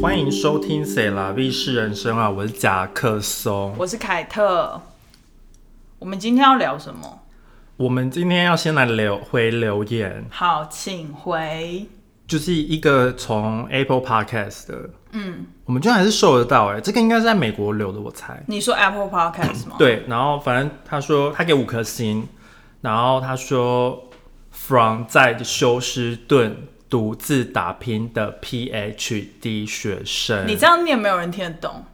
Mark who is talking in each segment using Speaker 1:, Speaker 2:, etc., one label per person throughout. Speaker 1: 欢迎收听《谁啦 V 是人生》啊，我是夹克松。
Speaker 2: 我是凯特。我们今天要聊什么？
Speaker 1: 我们今天要先来留回留言，
Speaker 2: 好，请回。
Speaker 1: 就是一个从 Apple Podcast 的，嗯，我们居然还是收得到哎、这个应该是在美国留的，我猜。
Speaker 2: 你说 Apple Podcast 吗？
Speaker 1: 对，然后反正他说他给五颗星，然后他说 From 在休斯顿独自打拼的 PhD 学生，
Speaker 2: 你这样念没有人听得懂。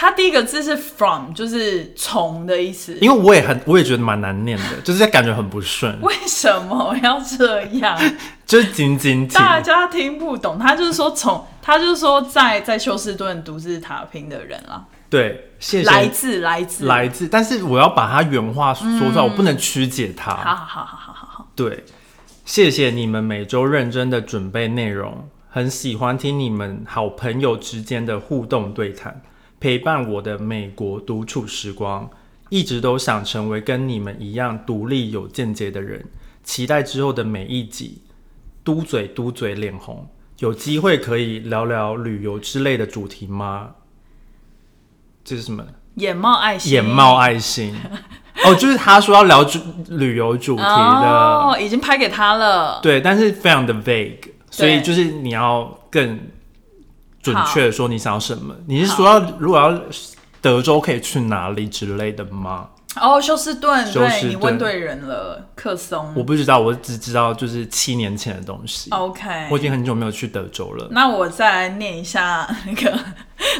Speaker 2: 它第一个字是 from，就是从的意思。
Speaker 1: 因为我也很我也觉得蛮难念的，就是感觉很不顺，
Speaker 2: 为什么要这 样？
Speaker 1: 就是紧紧紧。
Speaker 2: 大家听不懂。他就是说从，他就是说在在休斯顿独自打拼的人啦，
Speaker 1: 对，谢谢
Speaker 2: 来自来自，
Speaker 1: 来自，但是我要把它原话说出来，我不能曲解
Speaker 2: 好
Speaker 1: 它。
Speaker 2: 好好好好好，
Speaker 1: 对，谢谢你们每周认真的准备内容，很喜欢听你们好朋友之间的互动对谈，陪伴我的美国独处时光。一直都想成为跟你们一样独立有见解的人，期待之后的每一集。嘟嘴嘟嘴脸红，有机会可以聊聊旅游之类的主题吗？这是什么？
Speaker 2: 眼冒爱心，
Speaker 1: 眼冒爱 心。哦，就是他说要聊主旅游主题的，
Speaker 2: 哦，已经拍给他了。
Speaker 1: 对，但是非常的 vague，所以就是你要更准确的说你想要什么。你是说要如果要德州可以去哪里之类的吗？
Speaker 2: 哦，休斯顿，
Speaker 1: 休斯
Speaker 2: 对
Speaker 1: 顿
Speaker 2: 你问对人了，克松。哦
Speaker 1: 我不知道，我只知道就是七年前的东西。
Speaker 2: OK，
Speaker 1: 我已经很久没有去德州了。
Speaker 2: 那我再来念一下那个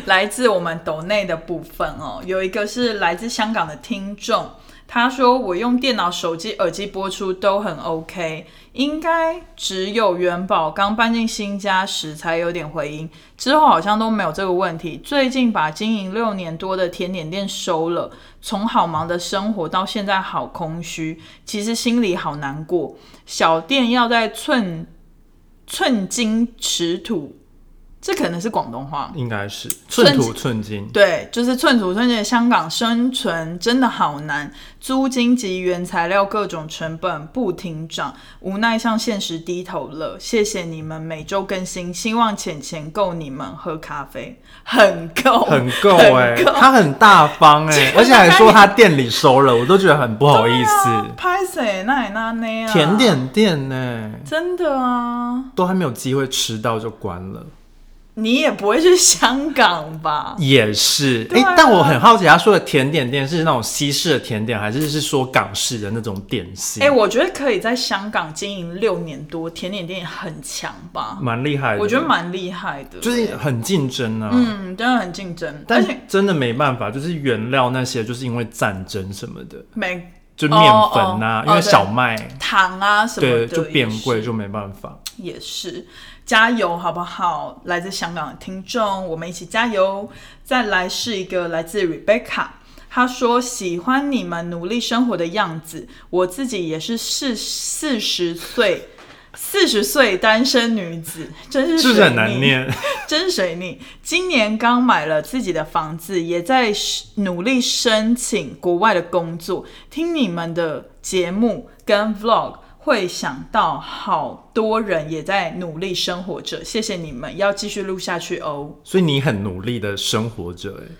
Speaker 2: 来自我们抖内的部分哦，有一个是来自香港的听众，他说我用电脑、手机、耳机播出都很 OK，应该只有元宝刚搬进新家时才有点回音，之后好像都没有这个问题。最近把经营六年多的甜点店收了，从好忙的生活到现在好空虚，其实心里好难过。小店要在寸寸金尺土，这可能是广东话。
Speaker 1: 应该是寸
Speaker 2: 寸
Speaker 1: 土寸金，
Speaker 2: 对，就是寸土寸金的香港生存真的好难，租金及原材料各种成本不停涨，无奈向现实低头了。谢谢你们每周更新，希望钱钱够你们喝咖啡，很够，
Speaker 1: 很够哎、
Speaker 2: 很够
Speaker 1: 他很大方 哎、而且还说他店里收了，我都觉得很不好意思。
Speaker 2: 拍谁那也那那啊，
Speaker 1: 甜点店呢、欸
Speaker 2: 真的啊，
Speaker 1: 都还没有机会吃到就关了，
Speaker 2: 哦你也不会去香港吧？
Speaker 1: 也是。哎、
Speaker 2: 对啊
Speaker 1: 但我很好奇，他说的甜点店是那种西式的甜点，还是是说港式的那种点心？
Speaker 2: 哎、我觉得可以在香港经营六年多，甜点店很强吧？
Speaker 1: 蛮厉害的，
Speaker 2: 我觉得蛮厉害的，
Speaker 1: 就是很竞争啊。
Speaker 2: 嗯，真的很竞争，而
Speaker 1: 但
Speaker 2: 且
Speaker 1: 真的没办法，就是原料那些，就是因为战争什么的，
Speaker 2: 每
Speaker 1: 就面粉呐、
Speaker 2: 哦哦
Speaker 1: 因为
Speaker 2: 哦对
Speaker 1: 小麦，
Speaker 2: 糖啊什么
Speaker 1: 对，
Speaker 2: 的
Speaker 1: 就变贵，
Speaker 2: 也是
Speaker 1: 就没办法。
Speaker 2: 也是。加油，好不好？来自香港的听众，我们一起加油。再来是一个来自 Rebecca，她说喜欢你们努力生活的样子，我自己也是四四十岁。四十岁单身女子，真是
Speaker 1: 是不是
Speaker 2: 水
Speaker 1: 很难
Speaker 2: 逆
Speaker 1: 念？
Speaker 2: 真水逆，今年刚买了自己的房子，也在努力申请国外的工作。听你们的节目跟 vlog，会想到好多人也在努力生活着。谢谢你们，要继续录下去哦。
Speaker 1: 所以你很努力的生活着、哎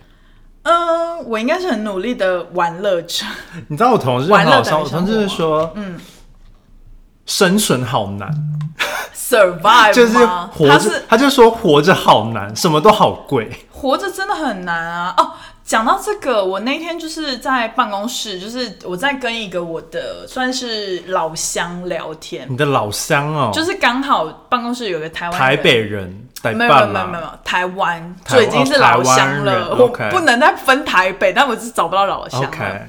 Speaker 2: 嗯，我应该是很努力的玩乐者。
Speaker 1: 哎，你知道我同事很
Speaker 2: 玩
Speaker 1: 好
Speaker 2: 乐等于
Speaker 1: 笑，我同事就
Speaker 2: 生活
Speaker 1: 说，嗯，生存好难。
Speaker 2: survive
Speaker 1: 就是
Speaker 2: 吗
Speaker 1: 活
Speaker 2: 他
Speaker 1: 着
Speaker 2: 是，
Speaker 1: 他就说活着好难，什么都好贵。
Speaker 2: 活着真的很难啊！哦，讲到这个，我那天就是在办公室，就是我在跟一个我的算是老乡聊天，
Speaker 1: 你的老乡哦，
Speaker 2: 就是刚好办公室有个台湾人
Speaker 1: 台北人，台
Speaker 2: 没
Speaker 1: 北
Speaker 2: 有没有没有没有没
Speaker 1: 啦，
Speaker 2: 有台湾，
Speaker 1: 台
Speaker 2: 就已经是老乡
Speaker 1: 哦台湾，人
Speaker 2: 了我
Speaker 1: OK
Speaker 2: 不能再分台北，但我是找不到老乡了。啊
Speaker 1: OK，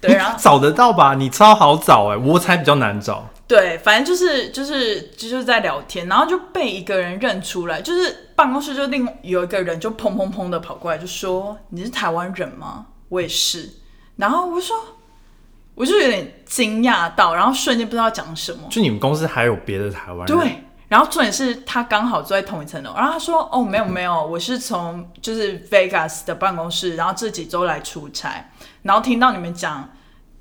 Speaker 2: 对，然后
Speaker 1: 你找得到吧？你超好找哎、我才比较难找。
Speaker 2: 对，反正就是就是就是在聊天，然后就被一个人认出来，就是办公室就另有一个人就砰砰砰的跑过来，就说你是台湾人吗？我也是。然后我说，我就有点惊讶到，然后瞬间不知道讲什么。
Speaker 1: 就你们公司还有别的台湾人？，
Speaker 2: 对，然后重点是他刚好住在同一层楼，然后他说：“哦，没有没有，我是从就是 Vegas 的办公室，然后这几周来出差，然后听到你们讲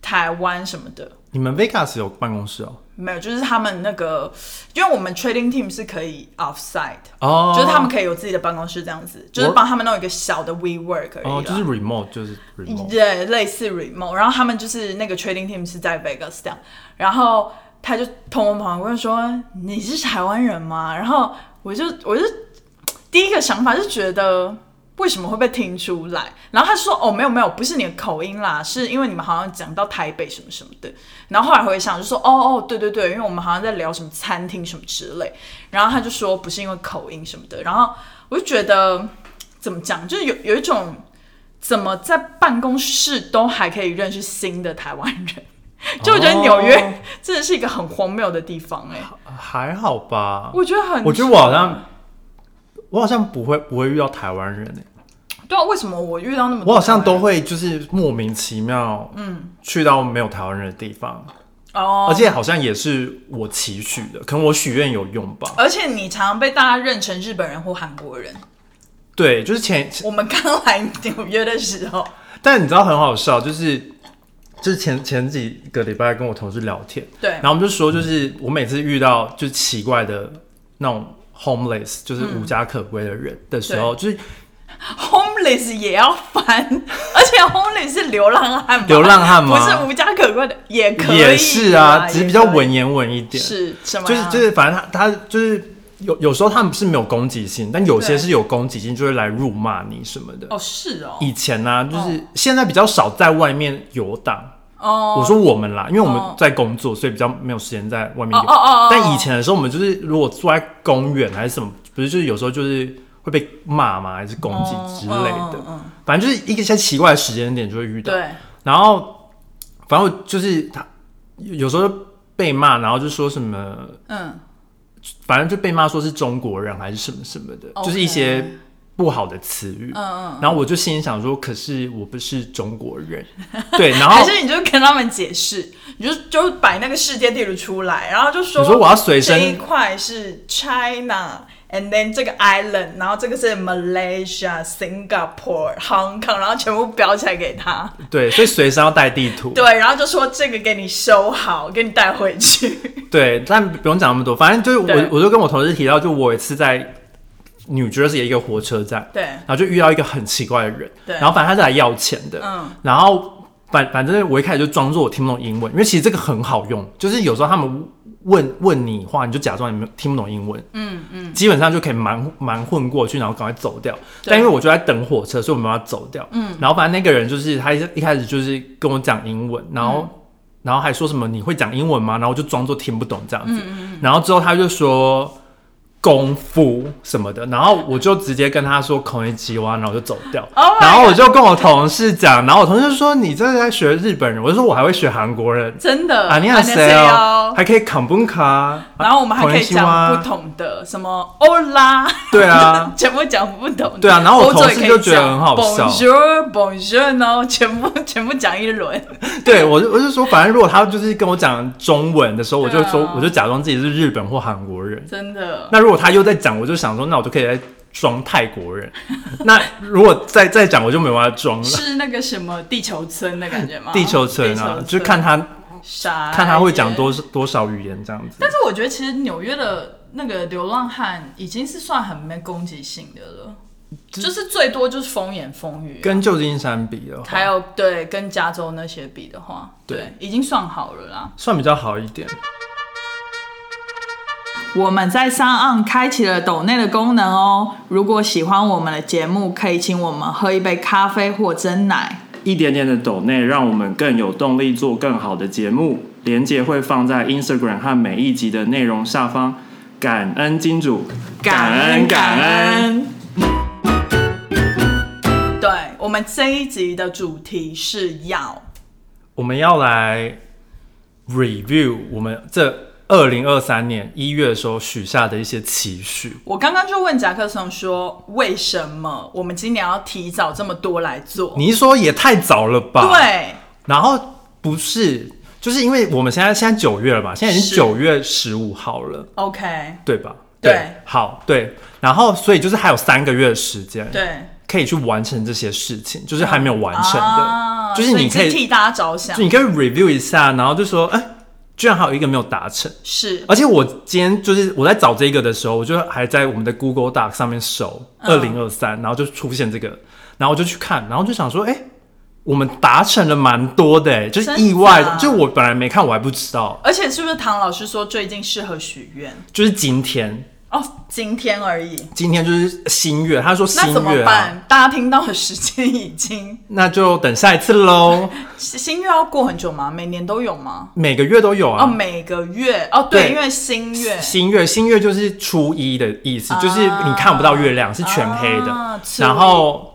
Speaker 2: 台湾什么的，
Speaker 1: 你们 Vegas 有办公室哦？
Speaker 2: 没有，就是他们那个，因为我们 trading team 是可以 offsite，、
Speaker 1: 哦，
Speaker 2: 就是他们可以有自己的办公室这样子，就是
Speaker 1: 我
Speaker 2: 帮他们弄一个小的 we work 而已啦、
Speaker 1: 哦，就是 remote，就是 remote，
Speaker 2: 对，类似 remote，然后他们就是那个 trading team 是在 Vegas 这样，然后他就通我旁边说你是台湾人吗？然后我就我就第一个想法就觉得为什么会被听出来？然后他说哦没有没有，不是你的口音啦，是因为你们好像讲到台北什么什么的。然后后来回想就说哦哦对对对，因为我们好像在聊什么餐厅什么之类。然后他就说不是因为口音什么的。然后我就觉得怎么讲，就是有有一种。怎么在办公室都还可以认识新的台湾人？ 就我觉得纽
Speaker 1: 哦
Speaker 2: 约真的是一个很荒谬的地方哎、
Speaker 1: 还好吧？
Speaker 2: 我觉得很，
Speaker 1: 我觉得我好像，我好像不会不会遇到台湾人诶、
Speaker 2: 对啊，为什么我遇到那么多
Speaker 1: 我好像
Speaker 2: 台湾
Speaker 1: 都会就是莫名其妙，嗯，去到没有台湾人的地方，
Speaker 2: 人哦，
Speaker 1: 而且好像也是我期许的，可能我许愿有用吧。
Speaker 2: 而且你常常被大家认成日本人或韩国人。
Speaker 1: 对，就是前，前
Speaker 2: 我们刚来纽约的时候，
Speaker 1: 但你知道很好笑，就是就是前前几个礼拜跟我同事聊天，
Speaker 2: 对
Speaker 1: 然，后我们就说，就是我每次遇到就奇怪的那种 homeless，就是无家可归的人的时
Speaker 2: 嗯
Speaker 1: 候，就是
Speaker 2: homeless 也要翻， 而且 homeless 是流浪汉吗，
Speaker 1: 流浪汉吗
Speaker 2: 不是无家可归的，也可以，
Speaker 1: 也是啊，只是比较
Speaker 2: 也可以
Speaker 1: 文言文一点，
Speaker 2: 是什么啊
Speaker 1: 就是
Speaker 2: 呀？
Speaker 1: 就是，反正他他就是。有有时候他们是没有攻击性，但有些
Speaker 2: 对
Speaker 1: 是有攻击性，就会来辱骂你什么的。
Speaker 2: 哦，是哦，
Speaker 1: 以前呢、就是
Speaker 2: 哦
Speaker 1: 现在比较少在外面游荡。
Speaker 2: 哦，
Speaker 1: 我说我们啦，因为我们
Speaker 2: 哦
Speaker 1: 在工作，所以比较没有时间在外面游。
Speaker 2: 哦哦哦哦哦
Speaker 1: 但以前的时候，我们就是如果坐在公园还是什么，不是就是有时候就是会被骂嘛，还是攻击
Speaker 2: 哦
Speaker 1: 之类的。
Speaker 2: 嗯嗯嗯
Speaker 1: 反正就是一个一些奇怪的时间点就会遇到。
Speaker 2: 对，
Speaker 1: 然后，反正我就是他有有时候被骂，然后就说什么，
Speaker 2: 嗯，
Speaker 1: 反正就被骂说是中国人还是什么什么的
Speaker 2: OK
Speaker 1: 就是一些不好的词语。
Speaker 2: 嗯
Speaker 1: 然后我就心里想说，可是我不是中国 人，对。然后
Speaker 2: 还是你就跟他们解释，你就就摆那个世界地图出来，然后就说，
Speaker 1: 你说我要随身
Speaker 2: 这一块是 China，and then 这个 island，然后这个是 Malaysia、Singapore、Hong Kong，然后全部标起来给他，
Speaker 1: 对，所以随身要带地图。
Speaker 2: 对，然后就说这个给你收好，给你带回 去，
Speaker 1: 对，但不用讲那么多，反正就是
Speaker 2: 对
Speaker 1: 我，我就跟我同事提到，就我有一次在 New Jersey 的一个火车站，
Speaker 2: 对
Speaker 1: 然后就遇到一个很奇怪的人，
Speaker 2: 对
Speaker 1: 然后反正他是来要钱的，
Speaker 2: 嗯，
Speaker 1: 然后反反正我一开始就装作我听不懂英文，因为其实这个很好用，就是有时候他们问问你话，你就假装你没有听不懂英文，
Speaker 2: 嗯嗯，
Speaker 1: 基本上就可以蛮蛮混过去，然后赶快走掉。
Speaker 2: 对
Speaker 1: 但因为我就在等火车，所以我没有要走掉。嗯，然后反正那个人就是他一一开始就是跟我讲英文，然
Speaker 2: 嗯
Speaker 1: 后、然后还说什么你会讲英文吗？然后我就装作听不懂这样
Speaker 2: 嗯
Speaker 1: 子。然后之后他就说功夫什么的，然后我就直接跟他说孔乙己哇，然后我就走掉。
Speaker 2: Oh my
Speaker 1: 然后我就跟我同事讲，然后我同事就说你这是在学日本人，我就说我还会学韩国人。
Speaker 2: 真的，
Speaker 1: 啊，你好
Speaker 2: 안녕하세요
Speaker 1: 哦，还可以扛崩卡，
Speaker 2: 然后我们还可以
Speaker 1: 孔乙己哇
Speaker 2: 讲不同的，什么欧拉，
Speaker 1: 对 啊，
Speaker 2: 全部讲不同的。
Speaker 1: 对啊然后我
Speaker 2: 欧洲也
Speaker 1: 同事
Speaker 2: 可以
Speaker 1: 就觉得
Speaker 2: 讲
Speaker 1: 很好笑
Speaker 2: Bonjour, Bonjour，然后全部全部讲一轮。
Speaker 1: 对我就我就说，反正如果他就是跟我讲中文的时候，我就说、
Speaker 2: 对啊
Speaker 1: 我就假装自己是日本或韩国人。
Speaker 2: 真的，
Speaker 1: 那如果他又在讲，我就想说，那我就可以再装泰国人。那如果再再讲，我就没办法装了。
Speaker 2: 是那个什么地球村的感觉吗？
Speaker 1: 地球村啊，就看他
Speaker 2: 啥，
Speaker 1: 看他会讲。多多少语言这样子。
Speaker 2: 但是我觉得其实纽约的那个流浪汉已经是算很没攻击性的了，就是最多就是风言风语啊、
Speaker 1: 跟旧金山比的
Speaker 2: 还
Speaker 1: 话，
Speaker 2: 有对跟加州那些比的话，对，已经算好了啦。
Speaker 1: 算比较好一点。
Speaker 2: 我们在上岸开启了抖内的功能哦。如果喜欢我们的节目，可以请我们喝一杯咖啡或蒸奶。
Speaker 1: 一点点的抖内，让我们更有动力做更好的节目。连接会放在 Instagram 和每一集的内容下方。感恩金主，
Speaker 2: 恩。对我们这一集的主题是要
Speaker 1: 我们要来 review 我们这二零二三年一月的时候许下的一些期许。
Speaker 2: 我刚刚就问夹克松说，为什么我们今年要提早这么多来做？
Speaker 1: 你一说也太早了吧？。
Speaker 2: 对，
Speaker 1: 然后不是，就是因为我们现在现在九月了嘛，现在已
Speaker 2: 是
Speaker 1: 经九月十五号了，
Speaker 2: OK，
Speaker 1: 对吧？
Speaker 2: 对
Speaker 1: 好，对。然后所以就是还有三个月的时间，，
Speaker 2: 对，
Speaker 1: 可以去完成这些事情，就是还没有完成的，
Speaker 2: 啊
Speaker 1: 就是
Speaker 2: 所以
Speaker 1: 你可以
Speaker 2: 替大家着想
Speaker 1: 就，你可以 review 一下，然后就说，哎、居然还有一个没有达成。
Speaker 2: 是
Speaker 1: 而且我今天就是我在找这个的时候，我就还在我们的 Google Doc 上面搜二
Speaker 2: 嗯
Speaker 1: 零二三，然后就出现这个，然后我就去看，然后就想说，哎、我们达成了蛮多的、哎就是
Speaker 2: 真
Speaker 1: 意外
Speaker 2: 假，
Speaker 1: 就我本来没看，我还不知道，
Speaker 2: 而且是不是唐老师说最近适合许愿？
Speaker 1: 就是今天，
Speaker 2: 哦，今天而已。
Speaker 1: 今天就是新月，他说新
Speaker 2: 那怎么
Speaker 1: 月啊，
Speaker 2: 办？大家听到的时间已经
Speaker 1: 那就等下一次 喽，
Speaker 2: 新新月要过很久吗？每年都有吗？
Speaker 1: 每个月都有
Speaker 2: 哦，
Speaker 1: 啊。
Speaker 2: 每个月哦，对，
Speaker 1: 对
Speaker 2: 因为新月
Speaker 1: 新月，新月就是初一的意思，
Speaker 2: 啊
Speaker 1: 就是你看不到月亮，是全黑的。
Speaker 2: 啊初一
Speaker 1: 然后，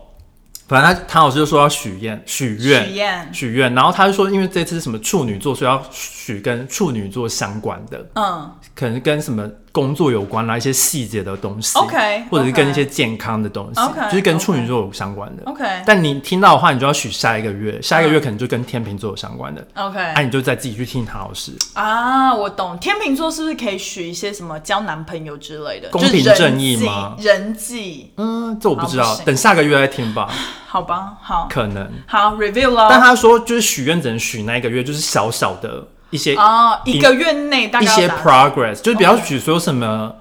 Speaker 1: 反正他唐老师就说要许愿，许愿，
Speaker 2: 许愿，
Speaker 1: 许愿，然后他就说，因为这次是什么处女座，所以要许跟处女座相关的，
Speaker 2: 嗯，
Speaker 1: 可能跟什么工作有关啦，一些细节的东西
Speaker 2: OK，
Speaker 1: 或者是
Speaker 2: OK
Speaker 1: 跟一些健康的东西
Speaker 2: OK，
Speaker 1: 就是跟处女座有相关的。
Speaker 2: OK 嗯
Speaker 1: 但你听到的话，你就要许下一个月，下一个月可能就跟天秤座有相关的，那、
Speaker 2: OK
Speaker 1: 你就再自己去听唐老师。
Speaker 2: 啊，我懂。天秤座是不是可以许一些什么交男朋友之类的？
Speaker 1: 公平
Speaker 2: 就是人
Speaker 1: 正义
Speaker 2: 际
Speaker 1: 吗
Speaker 2: 人际，
Speaker 1: 嗯，这我不知
Speaker 2: 好
Speaker 1: 道
Speaker 2: 不，行
Speaker 1: 等下个月再听吧，
Speaker 2: 好吧，好
Speaker 1: 可能。
Speaker 2: 好 review 咯。
Speaker 1: 但他说，就是许愿只能许那一个月，就是小小的一些
Speaker 2: 哦，一个月内大概
Speaker 1: 一
Speaker 2: 要哦
Speaker 1: 些
Speaker 2: 达
Speaker 1: progress，就是不要
Speaker 2: OK
Speaker 1: 许说什么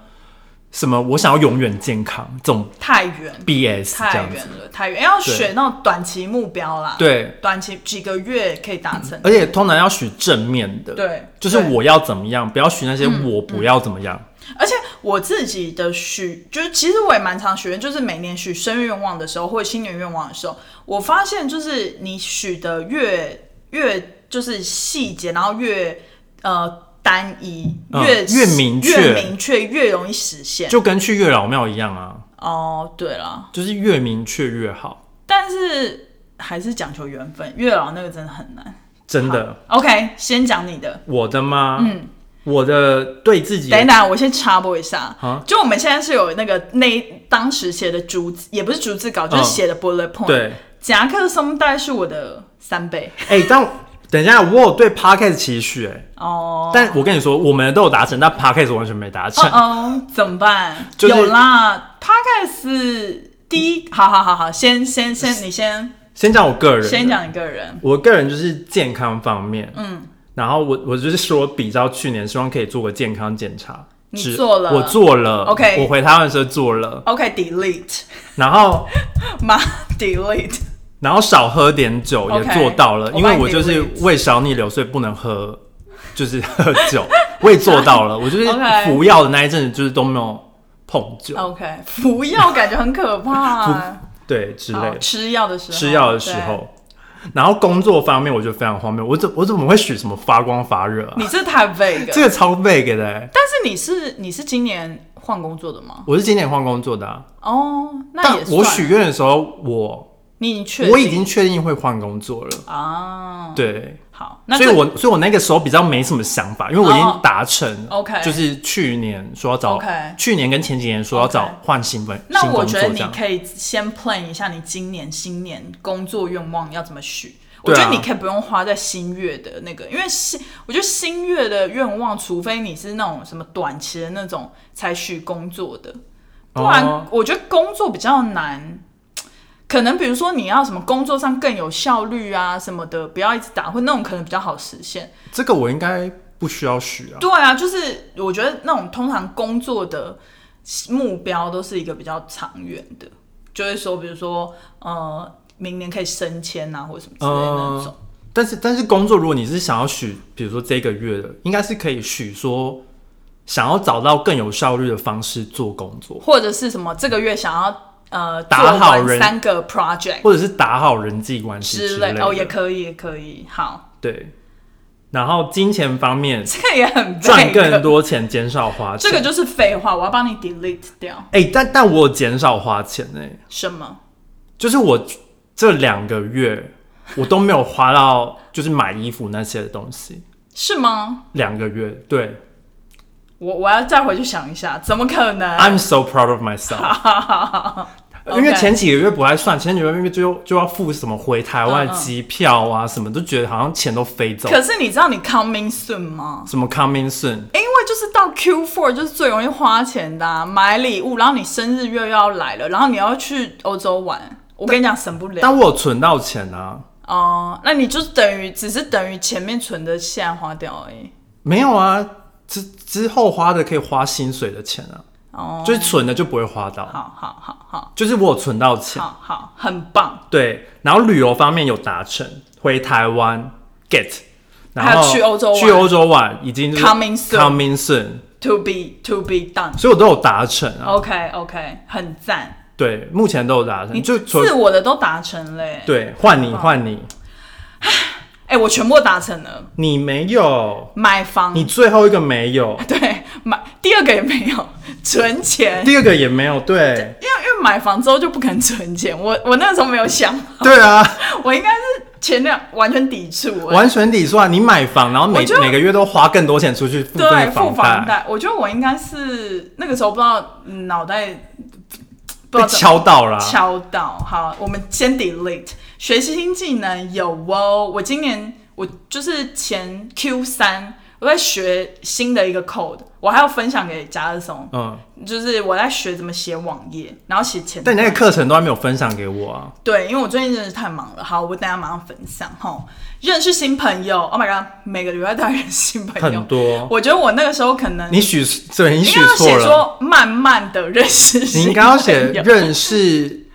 Speaker 1: 什么我想要永远健康这种
Speaker 2: 太远
Speaker 1: BS 这
Speaker 2: 太
Speaker 1: 样子
Speaker 2: 远。了，太远，要
Speaker 1: 对
Speaker 2: 选那种短期目标啦。，
Speaker 1: 对，
Speaker 2: 短期几个月可以达成。
Speaker 1: 而且通常要许正面的，，
Speaker 2: 对，
Speaker 1: 就是
Speaker 2: 对嗯
Speaker 1: 我要怎么样，不要许那些我不要怎么样。
Speaker 2: 而且我自己的许，就是其实我也蛮常许愿，就是每年许生日愿望的时候，或者新年愿望的时候，我发现就是你许的越越就是细节，然后越呃单一，
Speaker 1: 嗯
Speaker 2: 越、
Speaker 1: 越明确
Speaker 2: 越明确，越容易实现。
Speaker 1: 就跟去月老庙一样啊，
Speaker 2: 哦，对了，
Speaker 1: 就是越明确越好，
Speaker 2: 但是还是讲求缘分，月老那个真的很难。
Speaker 1: 真的。
Speaker 2: OK，先讲你的。
Speaker 1: 我的吗？
Speaker 2: 嗯，
Speaker 1: 我的对自己
Speaker 2: 等一等，我先插播一下
Speaker 1: 啊，
Speaker 2: 就我们现在是有那个那当时写的逐字，也不是逐字稿，就是
Speaker 1: 嗯
Speaker 2: 写的 bullet point。
Speaker 1: 对，
Speaker 2: 夹克松带是我的三倍
Speaker 1: 哎、但等一下，我有对 podcast 期许、哎、
Speaker 2: 哦。
Speaker 1: 但我跟你说，我们都有达成，但 podcast 完全没达
Speaker 2: 哦
Speaker 1: 成。
Speaker 2: 哦，怎么办？
Speaker 1: 就是
Speaker 2: 有啦 p o d c 第一，好好好好，先先先，你先
Speaker 1: 先讲我个人的，
Speaker 2: 先讲一个人，
Speaker 1: 我个人就是健康方面，
Speaker 2: 嗯，
Speaker 1: 然后我我就是说比较去年，希望可以做个健康检查。
Speaker 2: 你
Speaker 1: 只
Speaker 2: 做了
Speaker 1: 我做了
Speaker 2: OK
Speaker 1: 我回台湾的时候做了，
Speaker 2: OK，delete，、
Speaker 1: 然后
Speaker 2: 妈 delete，
Speaker 1: 然后少喝点酒也
Speaker 2: OK，
Speaker 1: 做到了
Speaker 2: 我
Speaker 1: 因为
Speaker 2: 帮你
Speaker 1: 我就是
Speaker 2: delete
Speaker 1: 胃少逆流，所以不能喝，就是喝酒，我也做到 了，我就是
Speaker 2: OK 哦
Speaker 1: 服药的那一阵子就是都没有碰酒
Speaker 2: OK，服药感觉很 可怕、
Speaker 1: 对之类
Speaker 2: 好
Speaker 1: 的，
Speaker 2: 哦吃药的时候，
Speaker 1: 吃药的时候。然后工作方面，我就非常荒谬，我怎我怎么会许什么发光发热啊
Speaker 2: 对，？你这太 vague 了。
Speaker 1: 这个超 vague 的、欸，
Speaker 2: 但是你是你是今年换工作的吗？
Speaker 1: 我是今年换工作的、啊，
Speaker 2: 哦，那
Speaker 1: 但
Speaker 2: 也算。
Speaker 1: 我许愿的时候，我
Speaker 2: 你已经确定
Speaker 1: 我已经确定会换工作了，
Speaker 2: 啊，
Speaker 1: 对，
Speaker 2: 好，那
Speaker 1: 所以
Speaker 2: 这
Speaker 1: 我所以我那个时候比较没什么想法，因为我已
Speaker 2: 哦
Speaker 1: 经达成
Speaker 2: OK
Speaker 1: 就是去年说要找
Speaker 2: OK
Speaker 1: 去年跟前几年说要找
Speaker 2: OK
Speaker 1: 换新闻
Speaker 2: 那
Speaker 1: 新
Speaker 2: 我
Speaker 1: 工
Speaker 2: 觉
Speaker 1: 作
Speaker 2: 得
Speaker 1: 这
Speaker 2: 你
Speaker 1: 样，
Speaker 2: 可以先 plan 一下你今年新年工作愿望要怎么许。我
Speaker 1: 对啊
Speaker 2: 觉得你可以不用花在新月的那个，因为新我觉得新月的愿望，除非你是那种什么短期的那种才许工作的，不然
Speaker 1: 哦
Speaker 2: 我觉得工作比较难。可能比如说你要什么工作上更有效率啊什么的，不要一直打混，那种可能比较好实现。
Speaker 1: 这个我应该不需要许啊，
Speaker 2: 对啊，就是我觉得那种通常工作的目标都是一个比较长远的，就会说，比如说呃，明年可以升迁啊，或者什么之类的那种。
Speaker 1: 但是但是工作如果你是想要许，比如说这个月的，应该是可以许说想要找到更有效率的方式做工作，
Speaker 2: 或者是什么这个月想要呃
Speaker 1: 打好
Speaker 2: 做完
Speaker 1: 人
Speaker 2: 三个 project
Speaker 1: 或者是打好人际关系
Speaker 2: 之
Speaker 1: 类
Speaker 2: 类哦，
Speaker 1: 的
Speaker 2: 也可以，也可以，好，
Speaker 1: 对，然后金钱方 面
Speaker 2: 这个也很
Speaker 1: 赚
Speaker 2: 背的
Speaker 1: 更，多钱，减少花钱。
Speaker 2: 这个就是废话，我要帮你 delete 掉
Speaker 1: 哎、但但我有减少花钱哎、
Speaker 2: 什么？
Speaker 1: 就是我这两个月我都没有花到，就是买衣服那些东西。
Speaker 2: 是吗？
Speaker 1: 两个月，对、
Speaker 2: 我我要再回去想一下，怎么可能？
Speaker 1: i m so proud of myself。因为
Speaker 2: OK
Speaker 1: 前几个月不太算，前几个月因为就就要付什么回台湾的
Speaker 2: 嗯嗯
Speaker 1: 机票啊什么，都觉得好像钱都飞走。
Speaker 2: 可是你知道你 coming soon 吗？
Speaker 1: 什么 coming soon，
Speaker 2: 因为就是到 Q four 就是最容易花钱的、啊，买礼物，然后你生日又要来了，然后你要去欧洲玩，我跟你讲省不了。
Speaker 1: 但我有存到钱啊。
Speaker 2: 哦、那你就等于只是等于前面存的，现在花掉而已。
Speaker 1: 没有啊，之之后花的可以花薪水的钱啊，
Speaker 2: 哦，
Speaker 1: 就是存的就不会花到，
Speaker 2: 好好好好
Speaker 1: 就是我有存到钱。
Speaker 2: 好好，很棒。
Speaker 1: 对，然后旅游方面有达成，回台湾 get，然后
Speaker 2: 还有去欧洲玩
Speaker 1: 去欧洲玩已经就是
Speaker 2: Coming soon
Speaker 1: coming soon，
Speaker 2: To be to be done。
Speaker 1: 所以我都有达成啊。
Speaker 2: OK OK，很赞。
Speaker 1: 对，目前都有达成，
Speaker 2: 你
Speaker 1: 就除
Speaker 2: 自我的都达成了欸。
Speaker 1: 对换你换你，
Speaker 2: 哎、我全部都达成了，
Speaker 1: 你没有，
Speaker 2: 买房
Speaker 1: 你最后一个没有，
Speaker 2: 对买第二个也没有存钱，
Speaker 1: 第二个也没有，对
Speaker 2: 因为因为买房之后就不肯存钱。我我那时候没有想，
Speaker 1: 对啊，
Speaker 2: 我应该是前两完全抵触欸。
Speaker 1: 完全抵触啊！你买房，然后每
Speaker 2: 我觉得
Speaker 1: 每个月都花更多钱出去付这
Speaker 2: 对，
Speaker 1: 个
Speaker 2: 付
Speaker 1: 房
Speaker 2: 房，贷，我觉得我应该是那个时候不知道嗯脑袋不知
Speaker 1: 被
Speaker 2: 道怎么
Speaker 1: 敲到啦。
Speaker 2: 敲到。好，我们先 delete 学习新技能有哦。我今年我就是前 Q 三，我在学新的一个 code，我还要分享给贾尔松，
Speaker 1: 嗯，
Speaker 2: 就是我在学怎么写网页，然后写前端。
Speaker 1: 但你那个课程都还没有分享给我啊。
Speaker 2: 对，因为我最近真的是太忙了。好，我等一下马上分享哈。认识新朋友，Oh my god，每个礼拜都要认识新朋友
Speaker 1: 很。多。
Speaker 2: 我觉得我那个时候可能
Speaker 1: 你许对，你
Speaker 2: 应
Speaker 1: 许
Speaker 2: 该要
Speaker 1: 错
Speaker 2: 写
Speaker 1: 了，
Speaker 2: 说慢慢的认识新朋友，
Speaker 1: 你应该要写认识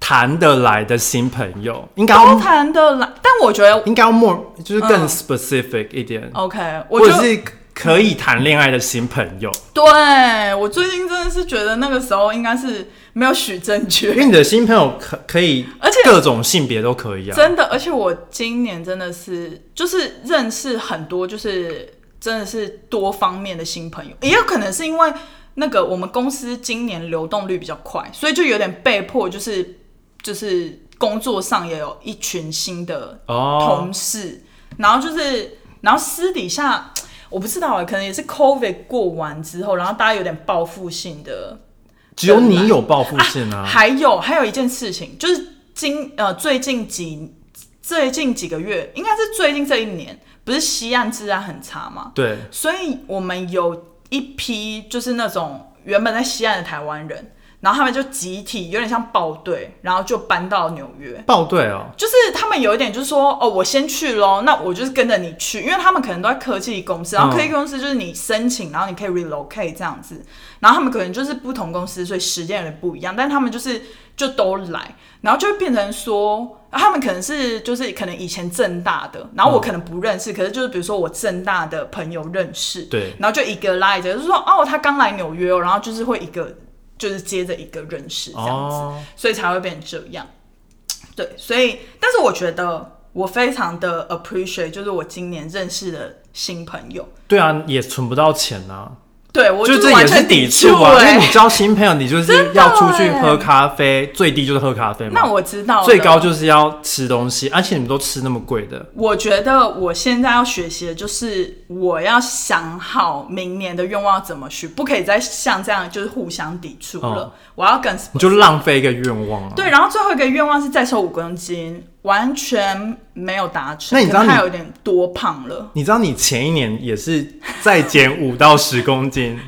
Speaker 1: 谈得来的新朋友，应该
Speaker 2: 高
Speaker 1: 要
Speaker 2: 谈的来，但我觉得
Speaker 1: 应该要 more 就是更
Speaker 2: 嗯
Speaker 1: specific 一点，
Speaker 2: OK，我
Speaker 1: 或
Speaker 2: 就
Speaker 1: 者是可以谈恋爱的新朋友，
Speaker 2: 对我最近真的是觉得那个时候应该是没有许正
Speaker 1: 因为
Speaker 2: 确，
Speaker 1: 你的新朋友可可以，
Speaker 2: 而且
Speaker 1: 各种性别都可以啊。
Speaker 2: 真的，而且我今年真的是就是认识很多，就是真的是多方面的新朋友，也有可能是因为那个我们公司今年流动率比较快，所以就有点被迫就是就是工作上也有一群新的
Speaker 1: 哦，
Speaker 2: 同事，然后就是，然后私底下我不知道欸，可能也是 COVID 过完之后，然后大家有点报复性的。
Speaker 1: 只有你有报复性啊。
Speaker 2: 还有还有一件事情，就是今呃最近几最近几个月，应该是最近这一年，不是西岸治安很差吗？
Speaker 1: 对，
Speaker 2: 所以我们有一批就是那种原本在西岸的台湾人，然后他们就集体有点像报队，然后就搬到纽约。
Speaker 1: 报对哦，
Speaker 2: 就是他们有一点就是说，哦，我先去咯，那我就是跟着你去，因为他们可能都在科技公司，然
Speaker 1: 嗯
Speaker 2: 后科技公司就是你申请，然后你可以 relocate 这样子，然后他们可能就是不同公司，所以时间有点不一样，但他们就是就都来，然后就会变成说，啊他们可能是就是可能以前正大的，然后我
Speaker 1: 嗯
Speaker 2: 可能不认识，可是就是比如说我正大的朋友认识，
Speaker 1: 对
Speaker 2: 然后就一个拉一个，就是说哦，他刚来纽约哦，然后就是会一个就是接着一个认识这样子。
Speaker 1: 哦，
Speaker 2: 所以才会变成这样。对，所以，但是我觉得我非常的 appreciate，就是我今年认识的新朋友。
Speaker 1: 对啊，也存不到钱啊，
Speaker 2: 对我
Speaker 1: 就这
Speaker 2: 是完
Speaker 1: 也是
Speaker 2: 全
Speaker 1: 抵
Speaker 2: 触
Speaker 1: 啊，因
Speaker 2: 欸
Speaker 1: 为你交新朋友，你就是
Speaker 2: 真的
Speaker 1: 要出去
Speaker 2: 欸
Speaker 1: 喝咖啡，最低就是喝咖啡嘛，
Speaker 2: 那我知道了
Speaker 1: 最高就是要吃东西，而且你们都吃那么贵的，
Speaker 2: 我觉得我现在要学习的就是，我要想好明年的愿望要怎么许，不可以再像这样就是互相抵触了。
Speaker 1: 嗯
Speaker 2: 我要更 specific
Speaker 1: 你就浪费一个愿望啊。，
Speaker 2: 对，然后最后一个愿望是再瘦五公斤，完全没有达成。
Speaker 1: 那你知道
Speaker 2: 可能他
Speaker 1: 你
Speaker 2: 有点多胖了？
Speaker 1: 你知道你前一年也是再减五到十公斤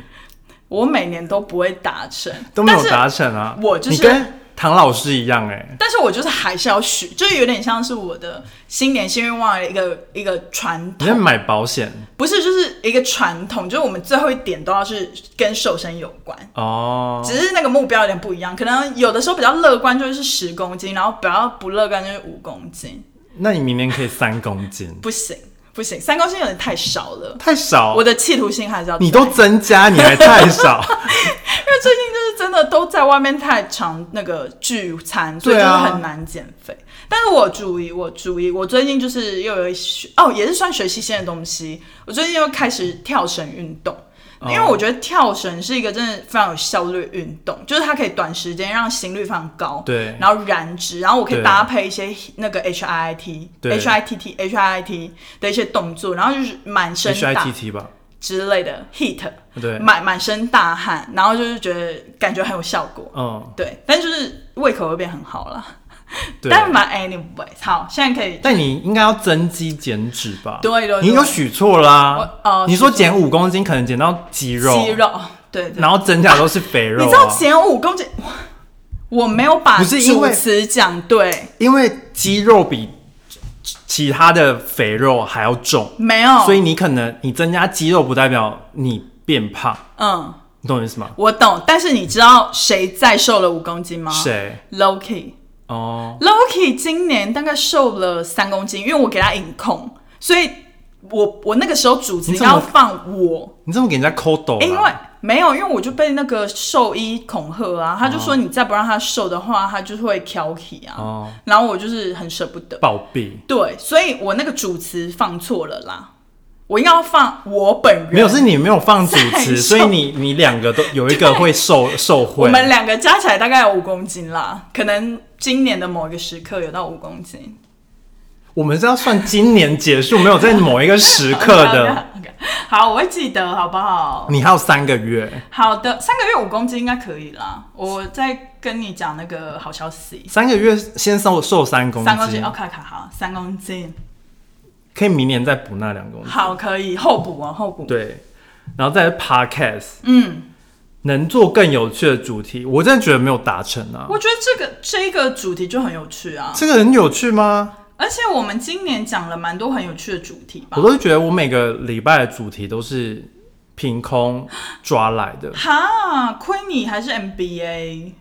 Speaker 2: 我每年都不会达成，
Speaker 1: 都没有
Speaker 2: 但是
Speaker 1: 达成啊，
Speaker 2: 我就是
Speaker 1: 你跟唐老师一样哎、欸，
Speaker 2: 但是我就是还是要许，就是有点像是我的新年新愿望的一个一个传
Speaker 1: 你在
Speaker 2: 统，
Speaker 1: 买保险
Speaker 2: 不是就是一个传统，就是我们最后一点都要是跟瘦身有关，
Speaker 1: 哦，
Speaker 2: 只是那个目标有点不一样，可能有的时候比较乐观就是十公斤，然后比较不乐观就是五公斤，
Speaker 1: 那你明年可以三公斤，
Speaker 2: 不行不行，三公斤有点太少了。
Speaker 1: 太少
Speaker 2: 我，的企图心还是要在，
Speaker 1: 你都
Speaker 2: 因
Speaker 1: 增加，你还太少。
Speaker 2: 为最近就是真的都在外面太常那个聚餐，所以
Speaker 1: 对
Speaker 2: 就是
Speaker 1: 啊
Speaker 2: 很难减肥。但是我注意，我注意，我最近就是又有一些哦，也是算学习新的东西。我最近又开始跳绳运动，
Speaker 1: 哦
Speaker 2: 因为我觉得跳绳是一个真的非常有效率的运动，就是它可以短时间让心率非常高，
Speaker 1: 对
Speaker 2: 然后燃脂，然后我可以
Speaker 1: 对
Speaker 2: 搭配一些那个 H I I T、
Speaker 1: 对
Speaker 2: H I T T、H I I T 的一些动作，然后就是满身
Speaker 1: H I
Speaker 2: 打
Speaker 1: T T 吧，
Speaker 2: 之类的 heat，
Speaker 1: 对，
Speaker 2: 满满身大汗，然后就是觉得感觉很有效果，
Speaker 1: 嗯，
Speaker 2: 对，但就是胃口会变很好了。
Speaker 1: 对。
Speaker 2: 但是 y anyway，好，现在可以。
Speaker 1: 但你应该要增肌减脂吧？
Speaker 2: 对对对
Speaker 1: 你有许错啦、
Speaker 2: 我哦
Speaker 1: 你说
Speaker 2: 许错
Speaker 1: 减五公斤，可能减到肌肉，
Speaker 2: 肌肉，对对。
Speaker 1: 然后增加的都是肥肉、啊。
Speaker 2: 你知道减五公斤，哇我没有把
Speaker 1: 不是因
Speaker 2: 主
Speaker 1: 为
Speaker 2: 词讲对，
Speaker 1: 因为肌肉比其他的肥肉还要重，
Speaker 2: 没有，
Speaker 1: 所以你可能你增加肌肉不代表你变胖，
Speaker 2: 嗯，
Speaker 1: 你懂我意思吗？
Speaker 2: 我懂。但是你知道谁再瘦了五公斤吗
Speaker 1: 谁？
Speaker 2: ？Loki。
Speaker 1: 哦，
Speaker 2: Loki 今年大概瘦了三公斤，因为我给他饮控，所以我我那个时候主持
Speaker 1: 你怎么
Speaker 2: 要放我，
Speaker 1: 你这么给人家抠抖啦，
Speaker 2: 因为没有，因为我就被那个兽医恐吓啊，他就说你再不让他瘦的话，他就会挑剔啊，
Speaker 1: 哦
Speaker 2: 然后我就是很舍不得，
Speaker 1: 暴毙。
Speaker 2: 对，所以我那个主持放错了啦，我应该要放我本人，
Speaker 1: 没有，是你没有放主
Speaker 2: 再 瘦
Speaker 1: 持，所以你你两个都有一个会受受
Speaker 2: 我
Speaker 1: 贿。
Speaker 2: 们两个加起来大概有五公斤啦，可能今年的某一个时刻有到五公斤。
Speaker 1: 我们是要算今年结束，没有在某一个时刻 的。
Speaker 2: OK，OK，OK。好，我会记得，好不好？
Speaker 1: 你还有三个月，
Speaker 2: 好的，三个月五公斤应该可以啦。我再跟你讲那个好消息，
Speaker 1: 三个月先瘦瘦三公
Speaker 2: 三公
Speaker 1: 斤
Speaker 2: 斤，OK，好哦好，三公斤，
Speaker 1: 可以明年再补那两公斤。
Speaker 2: 好，可以后补哦，后补。
Speaker 1: 对，然后再来 podcast
Speaker 2: 嗯，
Speaker 1: 能做更有趣的主题，我真的觉得没有达成啊。
Speaker 2: 我觉得这个这一个主题就很有趣啊，
Speaker 1: 这个很有趣吗？
Speaker 2: 而且我们今年讲了蛮多很有趣的主题吧
Speaker 1: 我。都觉得我每个礼拜的主题都是凭空抓来的，
Speaker 2: 哈，亏你还是 MBA，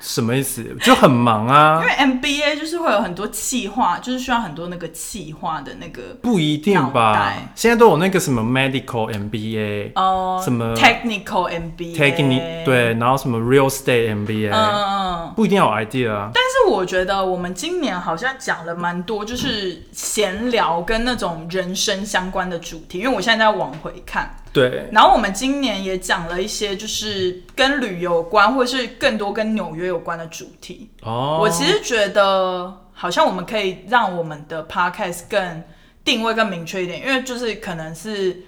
Speaker 1: 什么意思？就很忙
Speaker 2: 因
Speaker 1: 啊
Speaker 2: 为，MBA 就是会有很多气化，就是需要很多那个气化的那个
Speaker 1: 不一定
Speaker 2: 脑
Speaker 1: 吧
Speaker 2: 袋？
Speaker 1: 现在都有那个什么 medical MBA，
Speaker 2: 哦，
Speaker 1: 什么
Speaker 2: technical MBA，
Speaker 1: take 你对，然后什么 real estate MBA，、
Speaker 2: 嗯嗯。嗯
Speaker 1: 不一定要有 idea 啊。
Speaker 2: 但是我觉得我们今年好像讲了蛮多，就是闲聊跟那种人生相关的主题，因为我现在在往回看。
Speaker 1: 对，
Speaker 2: 然后我们今年也讲了一些就是跟旅游有关，或是更多跟纽约有关的主题。
Speaker 1: 哦，
Speaker 2: 我其实觉得好像我们可以让我们的 podcast 更定位更明确一点，因为就是可能是。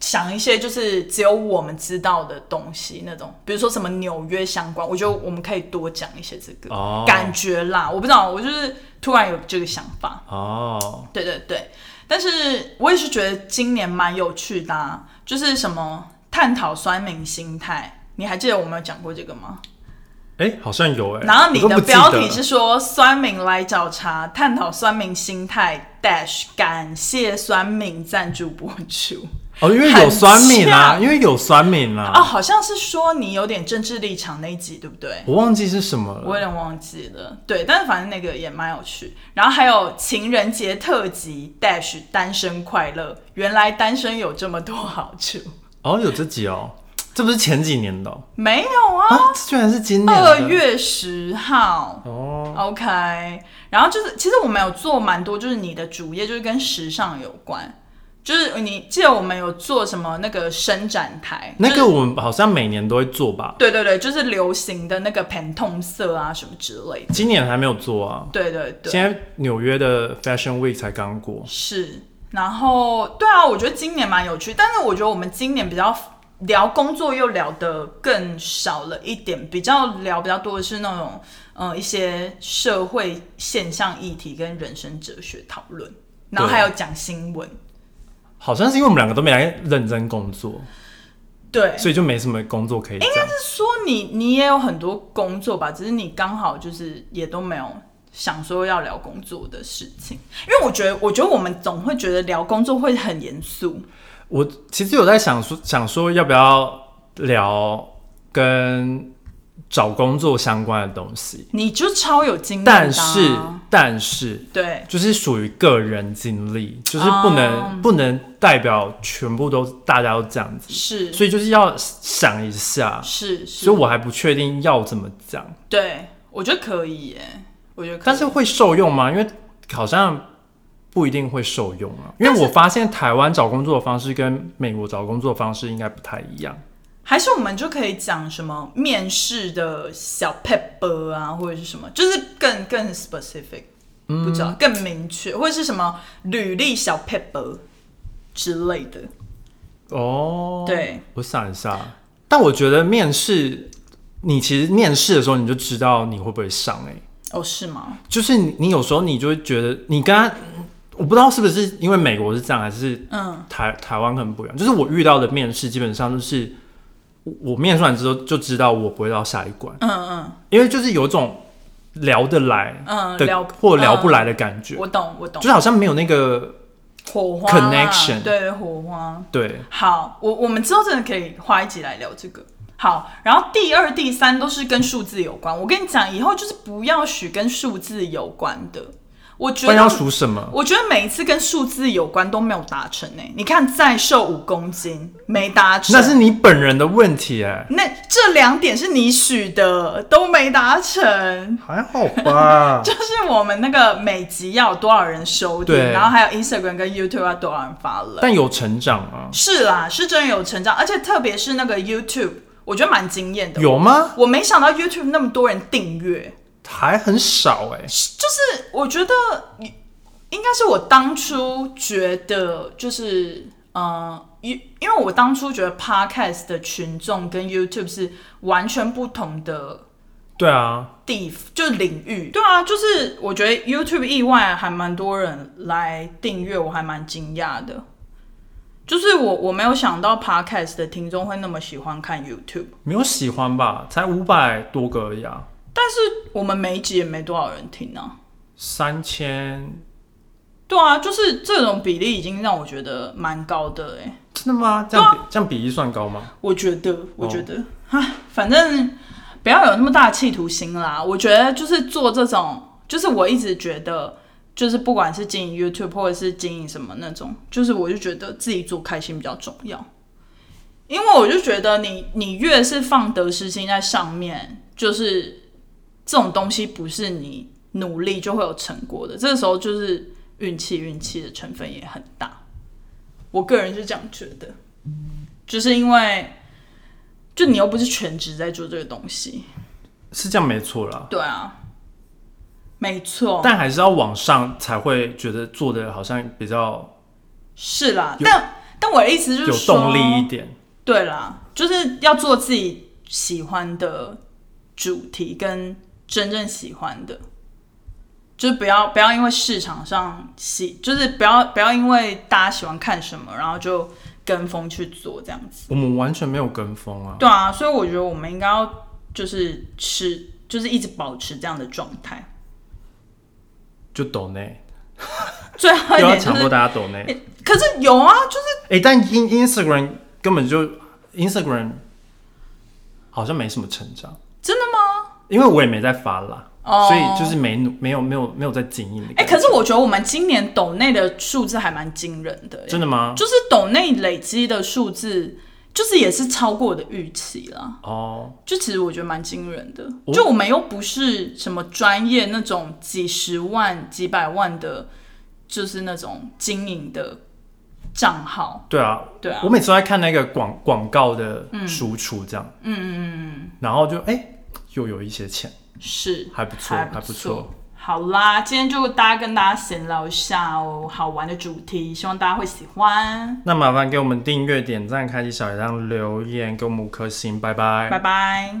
Speaker 2: 想一些就是只有我们知道的东西，那种比如说什么纽约相关，我觉得我们可以多讲一些这个。
Speaker 1: 哦
Speaker 2: 感觉啦，我不知道，我就是突然有这个想法。
Speaker 1: 哦，
Speaker 2: 对对对，但是我也是觉得今年蛮有趣的、啊，就是什么探讨酸民心态。你还记得我们有讲过这个吗？
Speaker 1: 哎、好像有哎、
Speaker 2: 然后你
Speaker 1: 我都
Speaker 2: 的
Speaker 1: 不记
Speaker 2: 标
Speaker 1: 得
Speaker 2: 题是说“酸民来找茬，探讨酸民心态 ”，dash 感谢酸民赞助播出。
Speaker 1: 哦，因为有酸敏
Speaker 2: 很
Speaker 1: 啊，
Speaker 2: 像
Speaker 1: 因为有酸啊敏啦、
Speaker 2: 哦，好像是说你有点政治立场那一集，对不对？
Speaker 1: 我忘记是什么
Speaker 2: 我有
Speaker 1: 了。
Speaker 2: 点忘记了，对，但是反正那个也蛮有趣。然后还有情人节特辑 dash 单身快乐，原来单身有这么多好处，
Speaker 1: 哦，有这集哦，这不是前几年的哦、
Speaker 2: 没有啊？
Speaker 1: 啊，这居然是今年的
Speaker 2: 二月十号
Speaker 1: 哦，
Speaker 2: ，OK。然后就是，其实我们有做蛮多，就是你的主页就是跟时尚有关，就是你记得我们有做什么那个伸展台，
Speaker 1: 那
Speaker 2: 就是
Speaker 1: 个我们好像每年都会做吧，
Speaker 2: 对对对，就是流行的那个 Pantone 色啊什么之类的，
Speaker 1: 今年还没有做啊。
Speaker 2: 对对对。
Speaker 1: 现在纽约的 Fashion Week 才刚过，
Speaker 2: 是，然后对啊，我觉得今年蛮有趣，但是我觉得我们今年比较聊工作又聊得更少了一点，比较聊比较多的是那种呃一些社会现象议题跟人生哲学讨论，然后还有讲新闻，
Speaker 1: 好像是因为我们两个都没来认真工作，
Speaker 2: 对。
Speaker 1: 所以就没什么工作可以讲。
Speaker 2: 是说你你也有很多工作吧，只是你刚好就是也都没有想说要聊工作的事情，因为我觉得我觉得我们总会觉得聊工作会很严肃，
Speaker 1: 我其实有在想说，想说要不要聊跟找工作相关的东西，
Speaker 2: 你就超有经验的啊、
Speaker 1: 但是但是
Speaker 2: 对，
Speaker 1: 就是属于个人经历，就是不
Speaker 2: 哦
Speaker 1: 能、不能代表全部都大家都这样子，
Speaker 2: 是
Speaker 1: 所以就是要想一下，
Speaker 2: 是是
Speaker 1: 所以，我还不确定要怎么讲，
Speaker 2: 对我觉得可以耶，我觉得可以，
Speaker 1: 但是会受用吗？因为好像。不一定会受用啊，因为我发现台湾找工作的方式跟美国找工作的方式应该不太一样。
Speaker 2: 还是我们就可以讲什么面试的小 paper 啊，或者是什么，就是更更 specific，、不
Speaker 1: 嗯
Speaker 2: 知道更明确，或者是什么履历小 paper 之类的，
Speaker 1: 哦，
Speaker 2: 对，
Speaker 1: 我想一下，但我觉得面试，你其实面试的时候你就知道你会不会上、欸，
Speaker 2: 哦是吗？
Speaker 1: 就是你你有时候你就会觉得你跟他，我不知道是不是因为美国是这样，还是
Speaker 2: 嗯，
Speaker 1: 台台湾可能不一样。就是我遇到的面试基本上就是我我面试完之后就知道我不会到下一关，
Speaker 2: 嗯嗯，
Speaker 1: 因为就是有一种聊得来
Speaker 2: 嗯，
Speaker 1: 的、
Speaker 2: 聊
Speaker 1: 或聊不来
Speaker 2: 嗯
Speaker 1: 的感觉，
Speaker 2: 我懂，我懂
Speaker 1: 就，是好像没有那个
Speaker 2: 火花啦
Speaker 1: connection
Speaker 2: 对火花。
Speaker 1: 对
Speaker 2: 好，我我们之后真的可以花一集来聊这个。好，然后第二、第三都是跟数字有关。我跟你讲，以后就是不要许跟数字有关的。我觉
Speaker 1: 不然要
Speaker 2: 得，
Speaker 1: 属什么？
Speaker 2: 我觉得每一次跟数字有关都没有达成呢、你看，再瘦五公斤没达成，
Speaker 1: 那是你本人的问题哎、
Speaker 2: 那这两点是你许的，都没达成。
Speaker 1: 还好吧
Speaker 2: 就。是我们那个每集要有多少人收听，
Speaker 1: 对
Speaker 2: 然后还有 Instagram 跟 YouTube 要多少人发了。
Speaker 1: 但有成长啊？
Speaker 2: 是啦，是真的有成长，而且特别是那个 YouTube，我觉得蛮惊艳的。
Speaker 1: 有吗？
Speaker 2: 我没想到 YouTube 那么多人订阅，
Speaker 1: 还很少哎、
Speaker 2: 就是我觉得应该是我当初觉得就是呃，因因为我当初觉得 Podcast 的群众跟 YouTube 是完全不同的
Speaker 1: 对啊，
Speaker 2: 地就是领域，对啊，就是我觉得 YouTube 意外还蛮多人来订阅，我还蛮惊讶的。就是我我没有想到 Podcast 的听众会那么喜欢看 YouTube，
Speaker 1: 没有喜欢吧？才五百多个而已啊，
Speaker 2: 但是我们每一集也没多少人听啊。
Speaker 1: 三千，
Speaker 2: 对啊，就是这种比例已经让我觉得蛮高的哎、
Speaker 1: 真的吗？这样
Speaker 2: 啊
Speaker 1: 比、这样比例算高吗？
Speaker 2: 我觉得，我觉得，啊、反正不要有那么大的企图心啦。我觉得就是做这种，就是我一直觉得，就是不管是经营 YouTube 或者是经营什么那种，就是我就觉得自己做开心比较重要。因为我就觉得你，你越是放得失心在上面，就是这种东西不是你努力就会有成果的。这时候就是运气，运气的成分也很大。我个人是这样觉得。就是因为就你又不是全职在做这个东西，
Speaker 1: 是这样没错啦，
Speaker 2: 对啊，没错，
Speaker 1: 但还是要往上才会觉得做的好像比较
Speaker 2: 是啦，
Speaker 1: 有
Speaker 2: 但但我的意思就是
Speaker 1: 有
Speaker 2: 说
Speaker 1: 动力一点。
Speaker 2: 对啦，就是要做自己喜欢的主题跟真正喜欢的，就是不要不要因为市场上喜，就是不要不要因为大家喜欢看什么，然后就跟风去做这样子。
Speaker 1: 我们完全没有跟风啊，
Speaker 2: 对啊，所以我觉得我们应该要就是持，就是一直保持这样的状态。
Speaker 1: 就抖 内，
Speaker 2: 最后一
Speaker 1: 又要
Speaker 2: 点就
Speaker 1: 强迫
Speaker 2: 是，
Speaker 1: 大家抖内。哎、
Speaker 2: 可是有啊，就是
Speaker 1: 但 In Instagram 根本就 Instagram 好像没什么成长，
Speaker 2: 真的吗？
Speaker 1: 因为我也没在发啦，
Speaker 2: 哦
Speaker 1: 所以就是没努没有没有没有在经营的
Speaker 2: 哎、
Speaker 1: 感觉。
Speaker 2: 可是我觉得我们今年抖内的数字还蛮惊人的耶，
Speaker 1: 真的吗？
Speaker 2: 就是抖内累积的数字，就是也是超过我的预期啦。
Speaker 1: 哦，
Speaker 2: 就其实我觉得蛮惊人的，
Speaker 1: 哦
Speaker 2: 就我们又不是什么专业那种几十万、几百万的，就是那种经营的账号，
Speaker 1: 对啊，
Speaker 2: 对啊
Speaker 1: 我，每次都在看那个广广告的输出，这样，嗯嗯嗯，然后就哎、又有一些钱，
Speaker 2: 是
Speaker 1: 还不错，
Speaker 2: 还
Speaker 1: 还
Speaker 2: 不
Speaker 1: 不错。。
Speaker 2: 好啦，今天就大家跟大家闲聊一下哦，好玩的主题，希望大家会喜欢。
Speaker 1: 那麻烦给我们订阅、点赞、开启小铃铛、留言，给我们五颗星，拜拜
Speaker 2: 拜拜。